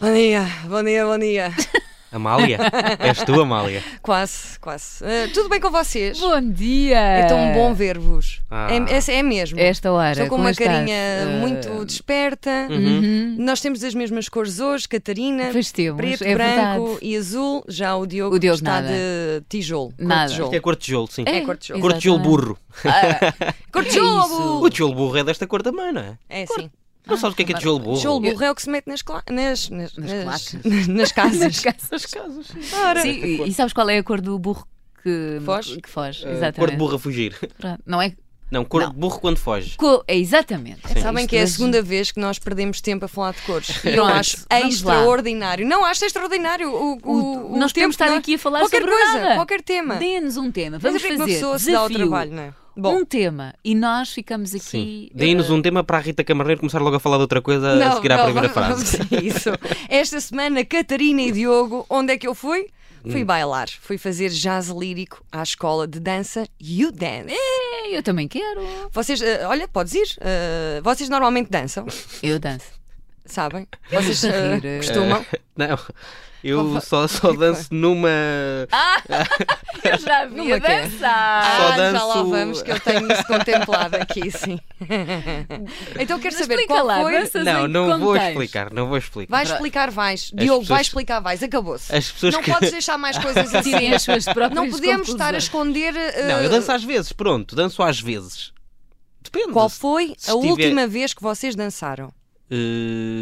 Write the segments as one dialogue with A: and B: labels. A: Bom dia, bom dia, bom dia.
B: Amália? És tu, Amália?
A: Quase, quase. Ah, tudo bem com vocês?
C: Bom dia!
A: É tão bom ver-vos.
B: Ah.
A: É, é- é mesmo.
C: Esta hora.
A: Estou com
C: como
A: uma
C: estás?
A: carinha
C: Ah,
A: muito desperta. Nós temos as mesmas cores hoje, Catarina.
C: Pois temos,
A: preto,
C: é
A: branco
C: verdade.
A: e azul. Já o Diogo,
C: O Diogo
A: está
C: nada.
A: de tijolo. cor de
C: Nada.
A: tijolo.
B: Isto é cor de tijolo, sim.
A: É cor de tijolo.
B: Cor de tijolo
C: exatamente.
B: burro.
A: Cor de
C: Que é
A: tijolo!
B: O tijolo burro é desta cor também, não é?
A: É, sim.
B: Não sabes o que é que é tijolo burro?
A: Tijolo burro é o que se mete nas, cla- nas, nas, nas,
C: claques.
A: nas casas.
C: Essas casas. Sim, e, e sabes qual é a cor do burro que
A: Foge?
C: Que foge.
B: Eh,
C: exatamente.
B: Cor de burro a fugir.
C: Pronto, Não é?
B: Não, cor
C: Não.
B: de burro quando foge.
C: Co- É exatamente.
A: Sabem
C: Isto
A: que é a
C: hoje-
A: segunda vez que nós perdemos tempo a falar de cores. E eu
C: Pronto,
A: acho
C: vamos
A: extraordinário. Não, acho extraordinário. O, o,
C: O-
A: o
C: nós
A: tempo
C: podemos estar
A: que nós-
C: aqui a falar
A: qualquer
C: sobre
A: coisa,
C: nada.
A: qualquer tema.
C: Dê-nos um tema.
A: Mas
C: Vamos
A: o que é que
C: fazer
A: uma pessoa se dá ao
C: desafio.
A: trabalho, não é? Bom,
C: um tema. E nós ficamos aqui.
B: Sim.
A: Eh,
B: Deem-nos um tema para a Rita Camarneiro começar logo a falar de outra coisa a seguir à primeira
A: vamos-
B: frase.
A: vamos a Isso. Esta semana, Catarina e Diogo, onde é que eu fui?
B: Hum.
A: Fui bailar, fui fazer jazz lírico à escola de dança You Dance.
C: eh, Eu também quero.
A: Vocês, eh, olha, podes ir. eh, vocês normalmente dançam,
C: Eu danço.
A: sabem? Vocês
C: Vamos
A: eh,
C: rir, eh.
A: costumam.
B: Não, eu só, só danço numa.
A: Ah,
C: Eu já vi
A: Numa
C: a
A: quê?
C: dançar.
B: Só
A: Ah, já lá
B: danço-
A: vamos, que eu tenho isso contemplado aqui, sim. então quero
C: Mas
A: saber
C: explica
A: qual
C: lá,
A: foi.
C: dança- Mas em
B: não,
C: que
B: não vou
C: contexto?
B: explicar, não vou explicar.
A: Vais explicar, vais. Diogo,
B: pessoas-
A: vais explicar, vais. Acabou-se.
B: As pessoas
A: Não
B: que-
A: podes deixar mais coisas assim.
C: Tirem as suas próprias
A: Não podemos estar a
C: conclusões.
A: esconder. eh,
B: Não, eu danço às vezes, pronto, danço às vezes. Depende.
A: Qual foi
B: Se
A: a
B: estiver-
A: última vez que vocês dançaram?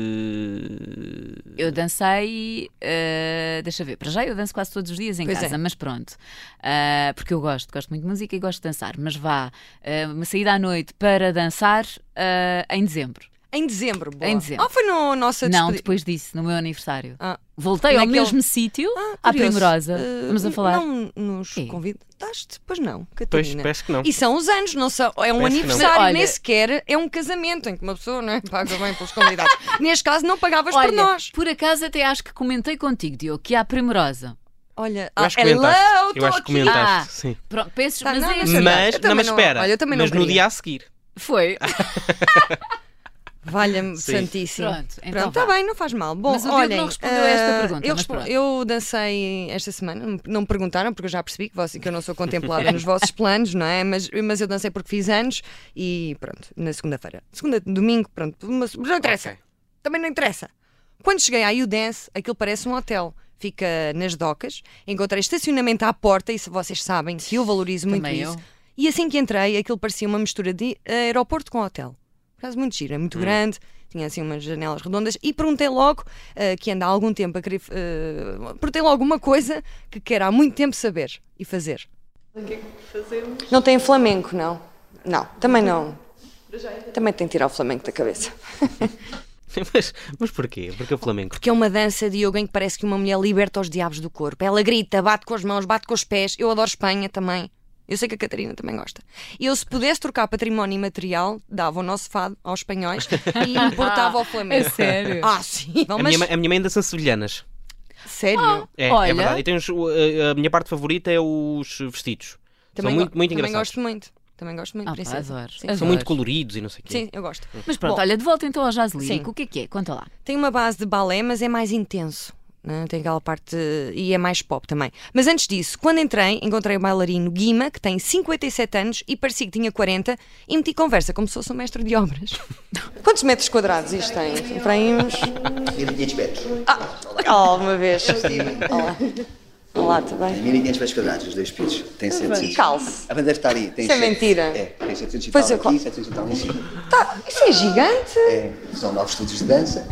B: Eh,
C: Eu dancei, eh, deixa ver, para já eu danço quase todos os dias em
A: Pois
C: casa,
A: é.
C: mas pronto, Ah, porque eu gosto, gosto muito de música e gosto de dançar, mas vá, ah, uma saída à noite para dançar ah, em dezembro.
A: Em dezembro, boa.
C: Em dezembro.
A: Ah, foi no nossa
C: Não,
A: despedi-
C: depois disso, no meu aniversário.
A: Ah,
C: Voltei ao
A: Naquele-
C: mesmo sítio,
A: ah,
C: à
A: curioso.
C: Primorosa,
A: Eh,
C: estamos a
A: n-
C: falar.
A: Não nos
C: Quê?
A: convidaste? Pois não,
B: Pois,
A: Catarina.
B: parece que não.
A: E são os anos, não são, é um
B: Parece que
A: aniversário,
C: não. Olha-
A: nem sequer é um casamento em que uma pessoa não é, paga bem pelos convidados. Neste caso, não pagavas
C: Olha,
A: por nós.
C: por acaso até acho que comentei contigo, Diogo, que há a Primorosa.
A: Olha,
B: Eu acho que
A: ah, hello,
B: comentaste. Eu
A: estou
B: acho que
A: aqui.
B: comentaste,
C: Ah.
B: sim.
C: Pronto, peço,
A: Tá,
C: mas
A: não,
C: é-
A: mas-
B: Mas,
A: Eu também
B: não, mas
A: não-
B: espera,
A: olha, eu também não
B: mas no
A: queria.
B: dia a seguir.
C: Foi.
A: Valha-me
B: Sim.
A: santíssimo.
C: Pronto, então
A: está
C: vá.
A: tá bem, não faz mal. Bom,
C: Mas o Diogo
A: olhem,
C: não respondeu a esta
A: eh,
C: pergunta,
A: Eu,
C: mas
A: respo-
C: pronto.
A: eu dancei esta semana, não me perguntaram, porque eu já percebi que, você- que eu não sou contemplada nos vossos planos, não é? Mas, mas eu dancei porque fiz anos e pronto, na segunda-feira. Segunda, domingo, pronto, mas não interessa.
B: Ok.
A: Também não interessa. Quando cheguei à Udance, aquilo parece um hotel. Fica nas docas, encontrei estacionamento à porta, isso vocês sabem, que eu valorizo muito
C: Também eu.
A: isso. E assim que entrei, aquilo parecia uma mistura de eh, aeroporto com hotel. Por acaso muito giro, é
C: Hum.
A: muito grande, tinha assim umas janelas redondas. E perguntei logo, eh, que anda há algum tempo a querer. eh, perguntei logo uma coisa que quero há muito tempo saber e fazer. Não tem flamenco, não? Não, também não. Também tem que tirar o flamenco da cabeça.
B: Mas, mas porquê? Porque o Flamengo.
A: Porque é uma dança de yoga em que parece que uma mulher liberta os diabos do corpo. Ela grita, bate com as mãos, bate com os pés. Eu adoro Espanha também. Eu sei que a Catarina também gosta. Eu, se pudesse trocar património e material, dava o nosso fado aos espanhóis e importava ao Flamengo.
C: É sério?
A: Ah, sim.
B: A,
A: mas
B: minha, mãe- a minha mãe ainda são sevilhanas.
A: sério.
B: É,
C: Olha.
B: é verdade. E tem uns- o- a, a minha parte favorita é os vestidos.
A: também
B: são muito,
A: go-
B: muito
A: também
B: engraçados.
A: gosto muito. Também gosto muito,
C: Ah, pá,
A: princesa.
C: adoro.
A: Sim.
C: Adoro.
B: São muito coloridos e não sei o quê.
A: Sim, eu gosto.
C: Mas pronto,
A: Bom.
C: olha, de volta então ao jazz lírico,
A: Sim.
C: o que é que é? Conta lá.
A: Tem uma base de balé, mas é mais intenso. né? Tem aquela parte e é mais pop também. Mas antes disso, quando entrei, encontrei o bailarino Guima, que tem 57 anos e parecia que tinha 40, e meti conversa como se fosse um mestre de obras. Quantos metros quadrados isto tem? Para aí uns.
D: 1500 metros.
A: Ah, legal, uma vez. Olá. Olá, tudo bem?
D: 1500 metros quadrados, os dois pisos. Tem 700.
A: Calce.
D: A bandeira está ali. Tem
A: Isso é
D: sete-
A: mentira.
D: É, tem 700 e
A: Pois
D: tal
A: é, claro.
D: aqui, 700 e tal em cima.
A: Tá, isso é gigante!
D: É, são novos estudos de dança.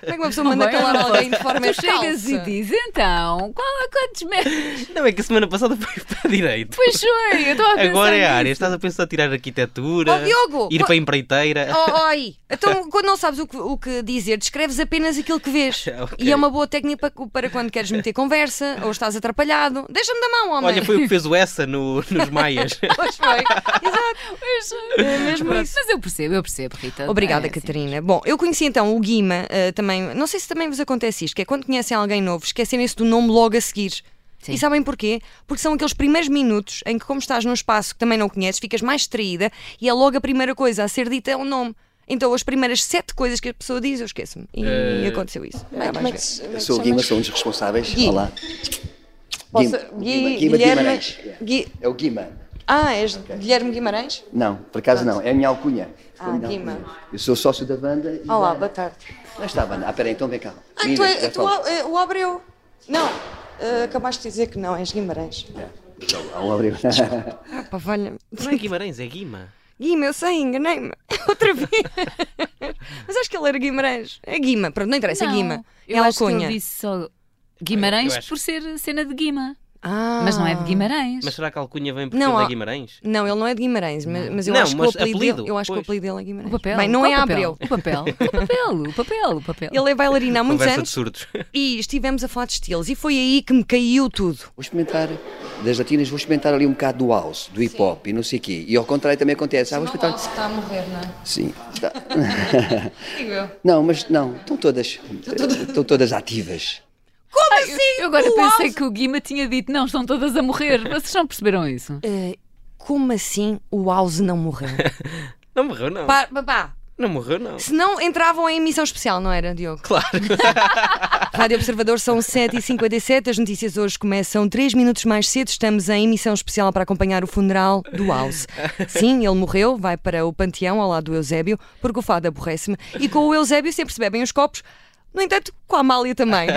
A: Como é que uma pessoa manda calar alguém de forma
C: Tu chegas e
A: descalça?
C: dizes então, qual a quantos metros?
B: Não, é que a semana passada foi para a direito.
C: Pois foi, eu estava a pensar.
B: Agora é a área.
C: nisso.
B: Estás a pensar em tirar arquitetura,
A: Ó, Oh, Diogo,
B: ir
A: qua-
B: para a empreiteira.
A: Oh, oh, aí. Então, quando não sabes o que, o que dizer, descreves apenas aquilo que vês.
B: Ok.
A: E é uma boa técnica para, para quando queres meter conversa ou estás atrapalhado. Deixa-me da mão, homem.
B: Olha, foi o que fez o Essa no- nos Maias.
A: Pois foi. Exato.
C: Pois
A: É mesmo isso.
C: Mas eu percebo, eu percebo, Rita.
A: Obrigada,
C: É assim.
A: Catarina. Bom, eu conheci então o Guima eh, também. Não sei se também vos acontece isto, que é quando conhecem alguém novo, esquecerem-se do nome logo a seguir.
C: Sim.
A: E sabem porquê? Porque são aqueles primeiros minutos em que, como estás num espaço que também não conheces, ficas mais distraída e é logo a primeira coisa a ser dita é o nome. Então as primeiras sete coisas que a pessoa diz, eu esqueço-me. E, e aconteceu isso. Ah,
D: Como é
A: vais
D: que
A: ver.
D: se- eu sou o Guima, sou um dos responsáveis.
A: Gui.
D: Olá.
A: Posso-
D: Guima,
A: Gui-
D: Guima
A: Guilherme-
D: Guimarães.
A: Gui-
D: É o Guima.
A: Ah, és Guilherme Guimarães?
D: Não, por acaso não, é a minha alcunha.
A: Ah,
D: Foi a minha
A: Guima.
D: alcunha. Eu sou sócio da banda. E
A: Olá,
D: da...
A: boa tarde.
D: Lá está a banda. Ah, peraí, então vem cá.
A: Ah,
D: Meninas,
A: tu é,
D: já
A: tu
D: falo.
A: é- o Abreu. Não, ah, acabaste de dizer que não, és Guimarães. é
D: Ah, o Abreu.
A: Ah, pá, valha-me.
B: Não é Guimarães, é Guima.
A: Guima, eu sei, enganei-me. Outra vez. Mas acho que ele era Guimarães. É Guima, pronto, não interessa, é
C: assim. Não,
A: Guima.
C: Eu
A: é
C: acho que
A: alcunha.
C: ele disse só Guimarães
B: Eu acho-
C: por ser cena de Guima.
A: Ah.
C: Mas não é de Guimarães.
B: Mas será que a alcunha vem porque
A: Não,
B: ele é
A: ó-
B: Guimarães?
A: Não, ele não é de Guimarães, mas, mas eu
B: Não,
A: acho que
B: mas
A: o apelido,
B: apelido,
A: dele, eu acho que o
B: pois.
A: apelido dele é Guimarães.
C: O papel.
A: Bem, não
C: qual
A: é
C: papel?
A: Abreu.
C: O papel, o papel, o papel, o papel.
A: Ele é bailarina há muitos
B: Conversa
A: anos
B: de surdos.
A: e estivemos a falar de estilos e foi aí que me caiu tudo.
D: Vou experimentar das latinas, vou experimentar ali um bocado do house, do hip hop e não sei o quê. E ao contrário também acontece. Ah, vou experimentar.
C: está a morrer, não é?
D: Sim. tá.
C: Digo eu.
D: não, mas não, estão todas. Estão todas ativas.
A: Como assim?
C: Eu agora
A: O
C: pensei
A: house-
C: que o Guima tinha dito, não, estão todas a morrer. Vocês não perceberam isso?
A: Ah, como assim o House não morreu?
B: Não morreu, não.
A: Pá, pá, pá.
B: Não morreu, não.
A: Se não entravam em emissão especial, não era, Diogo?
B: Claro.
A: Rádio Observador, são 7h57. As notícias hoje começam 3 minutos mais cedo. Estamos em emissão especial para acompanhar o funeral do House. Sim, ele morreu, vai para o panteão ao lado do Eusébio, porque o fado aborrece-me. E com o Eusébio sempre se bebem os copos. No entanto, com a Amália também.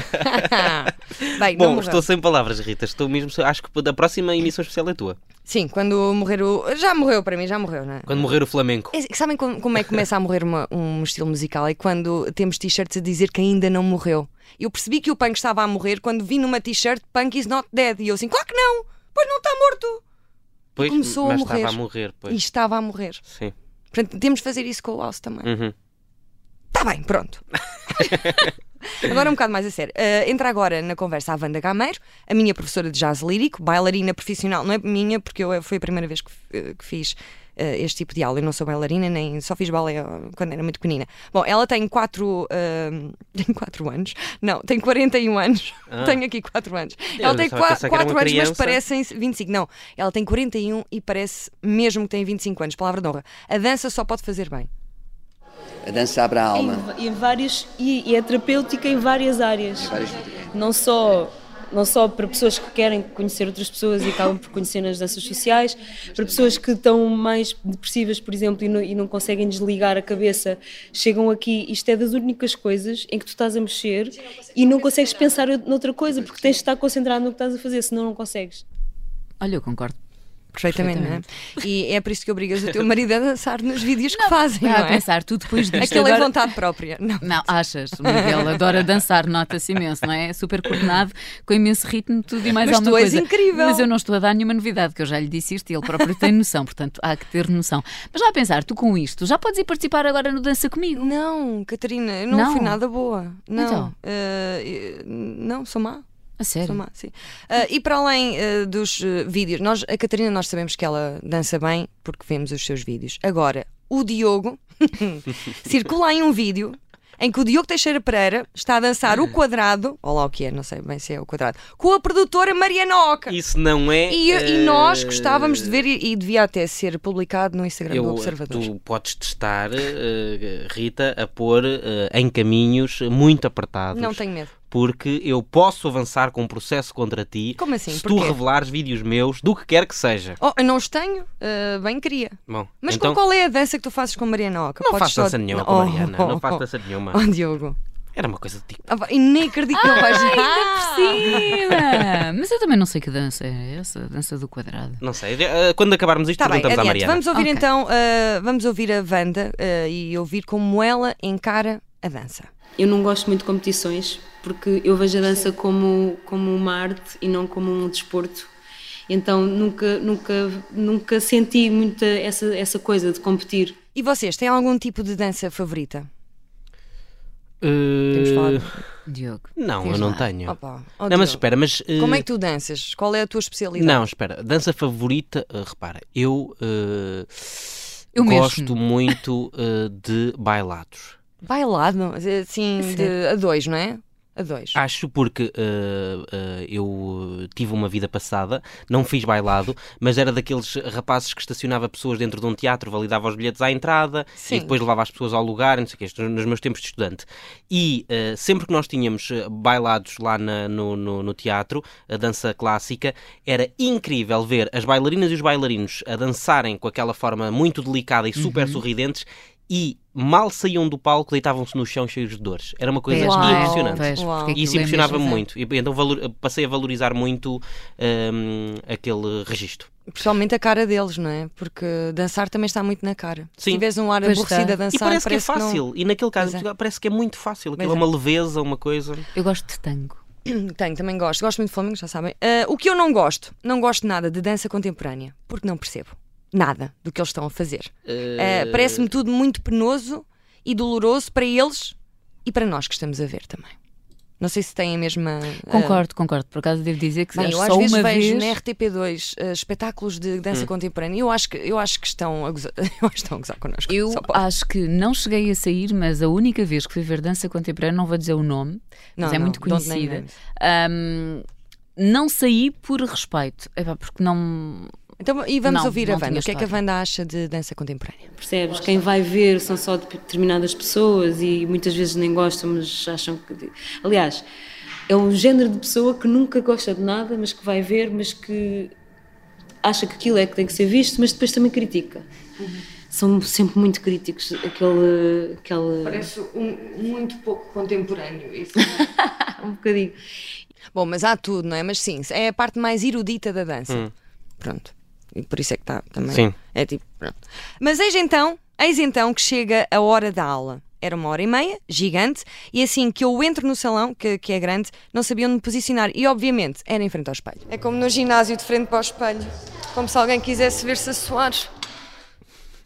A: Bem, não
B: Bom,
A: morreu.
B: estou sem palavras, Rita. Estou mesmo. Acho que da próxima emissão especial é tua.
A: Sim, quando morrer o. Já morreu para mim, já morreu, não é?
B: Quando morrer o Flamengo.
A: É, Sabem como como é que começa a morrer uma- um estilo musical? É quando temos t-shirts a dizer que ainda não morreu. Eu percebi que o punk estava a morrer quando vi numa t-shirt Punk is not dead. E eu assim, claro que não! Pois não está morto!
B: Pois,
A: começou a
B: mas
A: morrer.
B: estava a morrer, pois.
A: E estava a morrer.
B: Sim.
A: Portanto, temos de fazer isso com o House também.
B: Uhum.
A: Está Tá bem, pronto. agora um bocado mais a sério. Ah, entra agora na conversa a Wanda Gameiro, a minha professora de jazz lírico, bailarina profissional. Não é minha, porque eu, foi a primeira vez que, eh, que fiz eh, este tipo de aula. Eu não sou bailarina, nem só fiz balé eh, quando era muito pequenina. Bom, ela tem 4 tem quatro anos. Não, tem 41 anos.
B: Ah.
A: Tenho aqui 4 anos.
B: Eu
A: ela tem
B: pensava-
A: 4
B: pensava que era uma
A: anos, mas
B: criança.
A: parecem 25. Não, ela tem 41 e parece mesmo que tem 25 anos. Palavra de honra. A dança só pode fazer bem.
D: A dança abre a alma.
E: Em, em várias, e, e é terapêutica em várias áreas.
D: Várias-
E: Não só, não só para pessoas que querem conhecer outras pessoas e acabam por conhecer nas danças sociais, para pessoas que estão mais depressivas, por exemplo, e não, e não conseguem desligar a cabeça, chegam aqui, isto é das únicas coisas em que tu estás a mexer e não consegues pensar noutra coisa, porque tens de estar concentrado no que estás a fazer, senão não consegues.
C: Olha, eu concordo.
A: Perfeitamente, não é? E é por isso que obrigas o teu marido a dançar nos vídeos que fazem,
C: Estava
A: não
C: a
A: é?
C: pensar, tu depois disto
A: Aquilo é
C: agora-
A: vontade própria. Não.
C: Não, achas? O Miguel adora dançar, nota-se imenso, não é? Super coordenado, com imenso ritmo, tudo e mais
A: Mas
C: alguma
A: tu és
C: coisa.
A: incrível.
C: Mas eu não estou a dar nenhuma novidade, que eu já lhe disse isto e ele próprio tem noção, portanto há que ter noção. Mas já a pensar, tu com isto, já podes ir participar agora no Dança Comigo?
A: Não, Catarina, eu não,
C: Não?
A: fui nada boa. Não.
C: Então?
A: Eh, eh, não, sou má.
C: A
A: Sou
C: sério?
A: má, sim. Eh, e para além eh, dos eh, vídeos, nós, a Catarina, nós sabemos que ela dança bem porque vemos os seus vídeos. Agora, o Diogo circula aí um vídeo em que o Diogo Teixeira Pereira está a dançar o quadrado, olha lá o que é, não sei bem se é o quadrado, com a produtora Mariana Oca.
B: Isso não é.
A: E, e
B: eh,
A: nós gostávamos de ver, e, e devia até ser publicado no Instagram
B: Eu, é
A: do Observador.
B: tu podes testar, eh, Rita, a pôr eh, em caminhos muito apertados.
A: Não tenho medo.
B: Porque eu posso avançar com um processo contra ti
A: Como assim?
B: se tu
A: Porquê?
B: revelares vídeos meus do que quer que seja.
A: Oh, eu não os tenho? Ah, bem queria.
B: Bom,
A: Mas
B: então,
A: qual é a dança que tu fazes com Mariana Oca?
B: não
A: Podes
B: faço dança nenhuma com a
A: Oh,
B: Mariana.
A: oh,
B: Não faço
A: oh.
B: dança nenhuma.
A: Oh, Diogo.
B: Era uma coisa de tipo.
A: Ah, pá, e nem acredito que não vais. Ah!
C: Sim, é. mas eu também não sei que dança é essa, a dança do quadrado.
B: Não sei. eh, Quando acabarmos isto,
A: Tá bem,
B: perguntamos à
A: adiante.
B: Mariana.
A: Vamos ouvir
C: Ok.
A: então, ah, vamos ouvir a Wanda ah, e ouvir como ela encara a dança.
E: Eu não gosto muito de competições porque eu vejo a dança como, como uma arte e não como um desporto. Então nunca, nunca, nunca senti muita essa, essa coisa de competir.
A: E vocês, têm algum tipo de dança favorita?
B: Eh,
A: Temos falado.
C: Diogo.
B: Não,
C: diz
B: eu não
C: lá.
B: tenho.
A: Opa, oh,
B: Eh, não, mas
A: Diogo.
B: espera, mas. eh,
A: Como é que tu danças? Qual é a tua especialidade?
B: Não, espera. Dança favorita, eh, repara, eu, eh,
C: Eu mesmo.
B: gosto muito eh, de bailados.
A: Bailado, assim, de, a dois, não é? A dois.
B: Acho porque uh, uh, eu tive uma vida passada, não fiz bailado, mas era daqueles rapazes que estacionava pessoas dentro de um teatro, validava os bilhetes à entrada
A: Sim.
B: e depois levava as pessoas ao lugar, não sei o quê, isto nos meus tempos de estudante. E uh, sempre que nós tínhamos uh, bailados lá na- no, no- no teatro, a dança clássica, era incrível ver as bailarinas e os bailarinos a dançarem com aquela forma muito delicada e super sorridentes. E mal saíam do palco, deitavam-se no chão cheios de dores. Era uma coisa
C: Pois,
A: Uau.
C: não é?
B: impressionante.
C: Pois,
A: Uau.
C: porque
B: E isso
C: aquilo é mesmo-
B: impressionava-me muito. E então valor- passei a valorizar muito hum, aquele registro.
A: Principalmente a cara deles, não é? Porque dançar também está muito na cara. Se
B: Sim.
A: tiveres um ar
C: Pois
A: aborrecido
C: está.
A: a dançar,
B: e parece, que é
A: não-
B: fácil. E naquele caso,
A: Pois é.
B: em Portugal, parece que é muito fácil. Aquilo é
A: Pois
B: uma leveza, uma coisa.
C: Eu gosto de tango.
A: Hum, Tenho, também gosto. Gosto muito de Flamengo, já sabem. Ah, o que eu não gosto, não gosto nada de dança contemporânea, porque não percebo nada do que eles estão a fazer. Ah, Parece-me tudo muito penoso e doloroso para eles e para nós que estamos a ver também. Não sei se têm a mesma. ah,
C: Concordo, concordo. Por acaso devo dizer que
A: Bem,
C: acho
A: eu às
C: É só
A: vezes
C: uma
A: vejo
C: vez.
A: na RTP2 ah, espetáculos de dança contemporânea e eu acho que, eu acho que estão, a gozar, eu acho que estão a gozar connosco.
C: Eu
A: Só pode.
C: acho que não cheguei a sair, mas a única vez que fui ver dança contemporânea, não vou dizer o nome,
A: Não,
C: mas é
A: não,
C: muito
A: don't name
C: conhecida.
A: names.
C: Ahm, não saí por respeito. Epá, porque não.
A: Então, e vamos
C: Não,
A: ouvir
C: não
A: a Wanda.
C: tinha
A: O que é que a
C: história.
A: Wanda acha de dança contemporânea?
E: Percebes? Quem vai ver são só de- determinadas pessoas e muitas vezes nem gostam, mas acham que. Aliás, é um género de pessoa que nunca gosta de nada, mas que vai ver, mas que acha que aquilo é que tem que ser visto, mas depois também critica. São sempre muito críticos. Aquele. aquele
A: um muito pouco contemporâneo isso.
E: um bocadinho.
A: Bom, mas há tudo, não é? Mas sim, é a parte mais erudita da dança. Pronto. E por isso é que está também.
B: Hum. Sim.
A: É tipo, pronto. Mas eis então, eis então que chega a hora da aula. Era uma hora e meia, gigante, e assim que eu entro no salão, que, que é grande, não sabia onde me posicionar. E obviamente era em frente ao espelho. É como no ginásio, de frente para o espelho. Como se alguém quisesse ver-se a suar.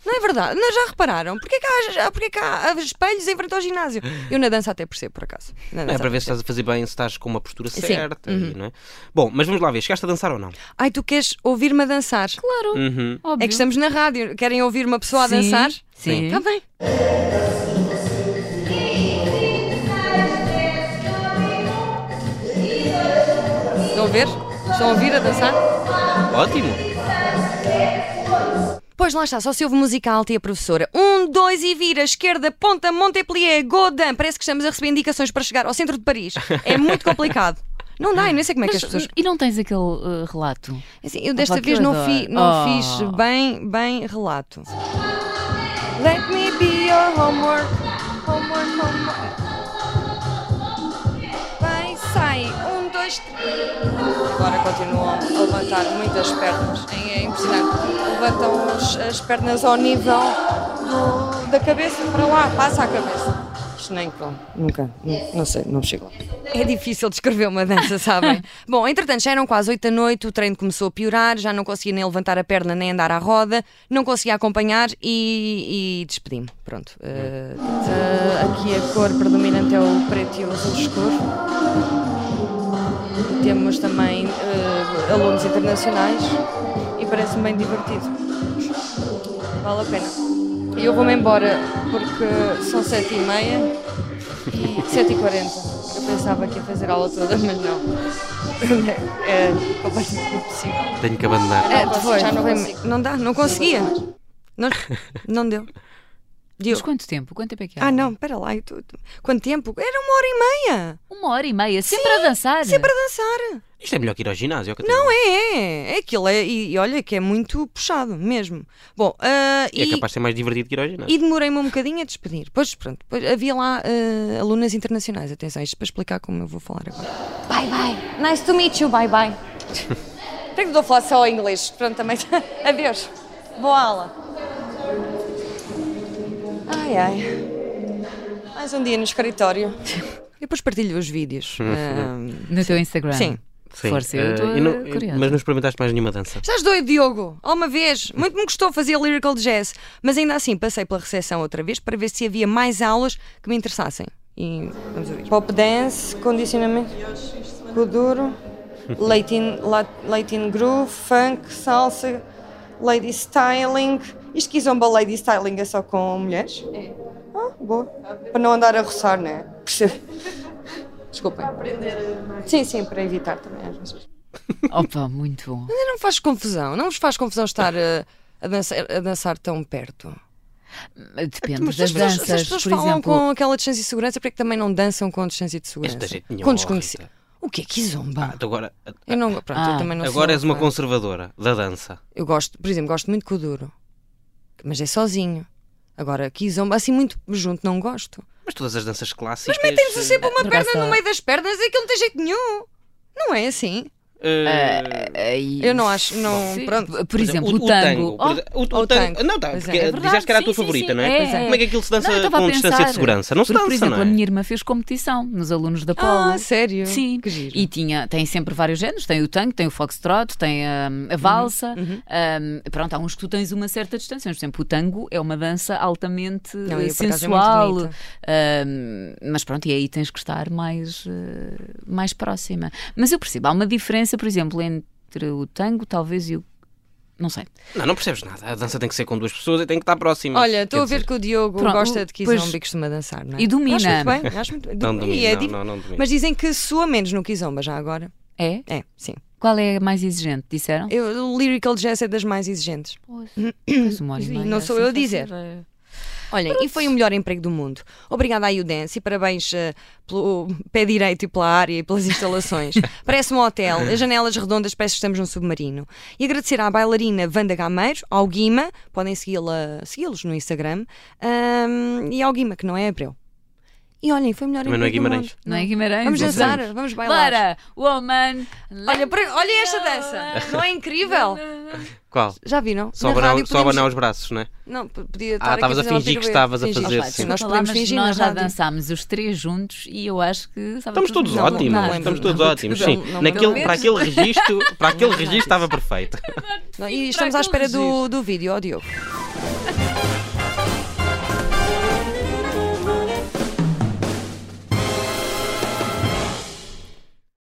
A: Não é verdade? Não, já repararam? Porquê que, há, porquê que há espelhos em frente ao ginásio? Eu na dança até percebo, por acaso. Na
B: É
A: dança
B: para ver se estás a fazer bem, se estás com uma postura
A: Sim. Uhum.
B: certa. e, não é? Bom, mas vamos lá ver. Chegaste a dançar ou não?
A: Ai, tu queres ouvir-me a dançar? Claro.
B: Uhum.
A: É que estamos na rádio. Querem ouvir uma pessoa a
C: Sim,
A: dançar?
C: sim.
A: Está bem. Estão a ver? Estão a ouvir a dançar?
B: Ótimo.
A: Pois lá está, só se ouve música alta e a professora. Um, dois e vira, esquerda, ponta, Montpellier, Godin. Parece que estamos a receber indicações para chegar ao centro de Paris. É muito complicado. Não dá, eu nem sei como é que as pessoas.
C: E não tens aquele eh, relato?
A: Assim, eu desta
C: Opa, que
A: vez
C: eu
A: não,
C: adoro.
A: fi- não
C: Oh.
A: fiz bem, bem relato. Let me be your homework. Homework, homework. Vai, sai. Um, dois, três. Agora continuam a levantar muitas pernas. É é impressionante. Levantam os- as pernas ao nível do- da cabeça para lá. Passa a cabeça. Isto nem como. Nunca. Não, não sei, não chego lá. É difícil descrever uma dança, sabem? Bom, entretanto, já eram quase 8 da noite, o treino começou a piorar, já não conseguia nem levantar a perna nem andar à roda, não conseguia acompanhar e, e despedi-me. Pronto. Eh, eh, aqui a cor predominante é o preto e o azul escuro. Temos também eh, alunos internacionais e parece-me bem divertido. Vale a pena. E eu vou-me embora porque são 7h30 e 7h40. Eu pensava que ia fazer a aula toda, mas não. É completamente impossível.
B: Tenho que abandonar.
A: É, foi, já não, foi, não dá, não conseguia. Não, não deu. Deu.
C: Mas quanto tempo? Quanto tempo é que é?
A: Ah, não, espera lá. eu tô- tô- Quanto tempo? Era uma hora e meia.
C: Uma hora e meia, sempre a dançar.
A: Sempre a dançar.
B: Isto é melhor que ir ao ginásio. ó, Catarina.
A: Não é, é. é aquilo é, e, e olha que é muito puxado mesmo. Bom, ah,
B: É
A: e,
B: capaz de ser mais divertido que ir ao ginásio.
A: e demorei-me um bocadinho a despedir. Pois pronto, pois havia lá ah, alunas internacionais. Atenção, isto para explicar como eu vou falar agora.
F: Bye bye. Nice to meet you. Bye bye.
A: Tenho que falar só em inglês. Pronto, também. Adeus. Boa aula. Ai ai. Mais um dia no escritório. E depois partilho os vídeos. Ah,
C: No teu Instagram.
A: Sim.
B: Sim.
C: Força,
B: Eh,
C: eu estou
B: e não-
C: curiosa.
B: Mas não experimentaste mais nenhuma dança.
A: Estás doido, Diogo? Alguma vez? Muito me gostou fazer lyrical jazz, mas ainda assim passei pela recepção outra vez para ver se havia mais aulas que me interessassem. E vamos ouvir. Pop dance, condicionamento, kuduro, Latin, la- Latin groove, funk, salsa, lady styling. Isto que zomba lady styling é só com mulheres? É. Ah, boa. Para não andar a roçar, não é? Percebo. Desculpem. Sim, sim, para evitar também às vezes.
C: Opa, muito bom.
A: Mas não faz confusão, não vos faz confusão estar eh, a, dançar, a dançar tão perto.
C: Depende
A: Mas
C: das
A: as pessoas, as
C: danças,
A: pessoas
C: por
A: falam
C: exemplo.
A: com aquela distância de segurança, é porque também não dançam com a distância de segurança.
B: Esta gente nenhuma,
A: com
B: oh,
A: desconheci-
B: Rita.
A: O que é que zomba?
B: Ah, tu agora
A: eu não, pronto, eu
C: Ah.
A: também não sou
B: agora és uma
A: fã.
B: conservadora da dança.
A: Eu gosto, por exemplo, gosto muito com o duro, mas é sozinho. Agora, que zomba, assim muito junto, não gosto.
B: Mas todas as danças clássicas. eh,
A: Tem-se sempre uma
C: por
A: perna
C: acaso-
A: no meio das pernas, aquilo não tem jeito nenhum. Não é assim.
B: eh,
C: Aí-
A: Eu não acho, não-
C: Sim.
A: pronto.
C: Por exemplo, o,
B: o,
C: tango.
B: por
C: Oh,
B: exemplo, o, o
A: ou o
B: tango.
A: tango.
B: Não, tá,
A: Pois é.
B: porque
A: É
C: verdade,
B: dizeste que era a tua
C: sim, sim,
B: favorita,
C: sim,
B: não é?
C: é. Pois é.
B: Como é que aquilo se dança
C: Não, eu estava a
B: com distância de
C: pensar.
B: segurança? Não se
C: Porque,
B: dança,
C: por exemplo,
B: não é?
C: a minha irmã fez competição nos alunos da Polo.
A: Ah, sério?
C: Sim,
A: Que giro.
C: e tinha, tem sempre vários géneros: tem o tango, tem o foxtrot, tem hum,
A: Uhum,
C: a valsa. hum, pronto, há uns que tu tens uma certa distância. Mas, por exemplo, o tango é uma dança altamente
A: Não,
C: eh,
A: e por acaso é muito
C: sensual.
A: bonita.
C: hum, mas pronto, e aí tens que estar mais, eh, mais próxima. Mas eu percebo, há uma diferença, por exemplo, entre o tango, talvez, e o. Não sei.
B: Não, não percebes nada. A dança tem que ser com duas pessoas e tem que estar próxima.
A: Olha, estou
B: Quer
A: a ver
B: dizer,
A: que o Diogo
C: Pronto,
A: gosta de que
C: pois-
A: Kizomba e costuma dançar, não é?
C: E domina.
A: Acho muito bem, acho muito bem.
B: Não
A: E
B: domina,
A: é
B: não,
A: dif-
B: não, não domina.
A: Mas dizem que sua menos no Kizomba já agora.
C: É?
A: É, sim.
C: Qual é a mais exigente? Disseram?
A: Eu, o Lyrical Jazz é das mais exigentes.
C: Pois, uma hora e
A: Sim,
C: meia,
A: não sou
C: assim,
A: eu a
C: fácil,
A: dizer.
C: é.
A: Olhem, e foi o melhor emprego do mundo. Obrigada à Udance e parabéns eh, pelo pé direito e pela área e pelas instalações. Parece um hotel, as janelas redondas parece que estamos num submarino. E agradecer à bailarina Wanda Gameiro, ao Guima, podem segui-la- segui-los no Instagram, ahm, e ao Guima, que não é Abreu. E olhem, foi o melhor
B: Também não é
A: emprego do
B: Guimarães.
A: mundo.
C: Não é Guimarães?
A: Vamos
C: Não
A: dançar,
C: sabemos.
A: vamos bailar.
C: Para! Woman!
A: Olha, por- olhem esta dança, não é incrível?
B: Qual?
A: Já viram?
B: Só
A: Na
B: abanar
A: rádio
B: só
A: podemos-
B: abanar os braços, não é?
A: Não, p- podia estar
B: Ah,
A: aqui
B: estavas a
A: fazer uma
B: fingir que
A: pirueta.
B: estavas a
A: Fingir.
B: fazer,
A: Opa,
B: sim.
A: Nós
C: Desculpa lá,
A: podemos
C: mas
A: fingir
C: Nós
A: na
C: já
A: rádio.
C: dançámos os três juntos e eu acho que estava
B: Estamos
C: tudo
B: todos
C: bem.
A: não,
B: ótimos,
A: não,
B: estamos
A: não,
B: todos
A: não,
B: ótimos,
A: não,
B: sim.
A: não, não,
B: Naquele,
A: não.
B: para aquele registro, para aquele registro estava perfeito.
A: Não, E estamos à
C: aquele
A: espera do,
C: registro.
A: do vídeo, ó Diogo.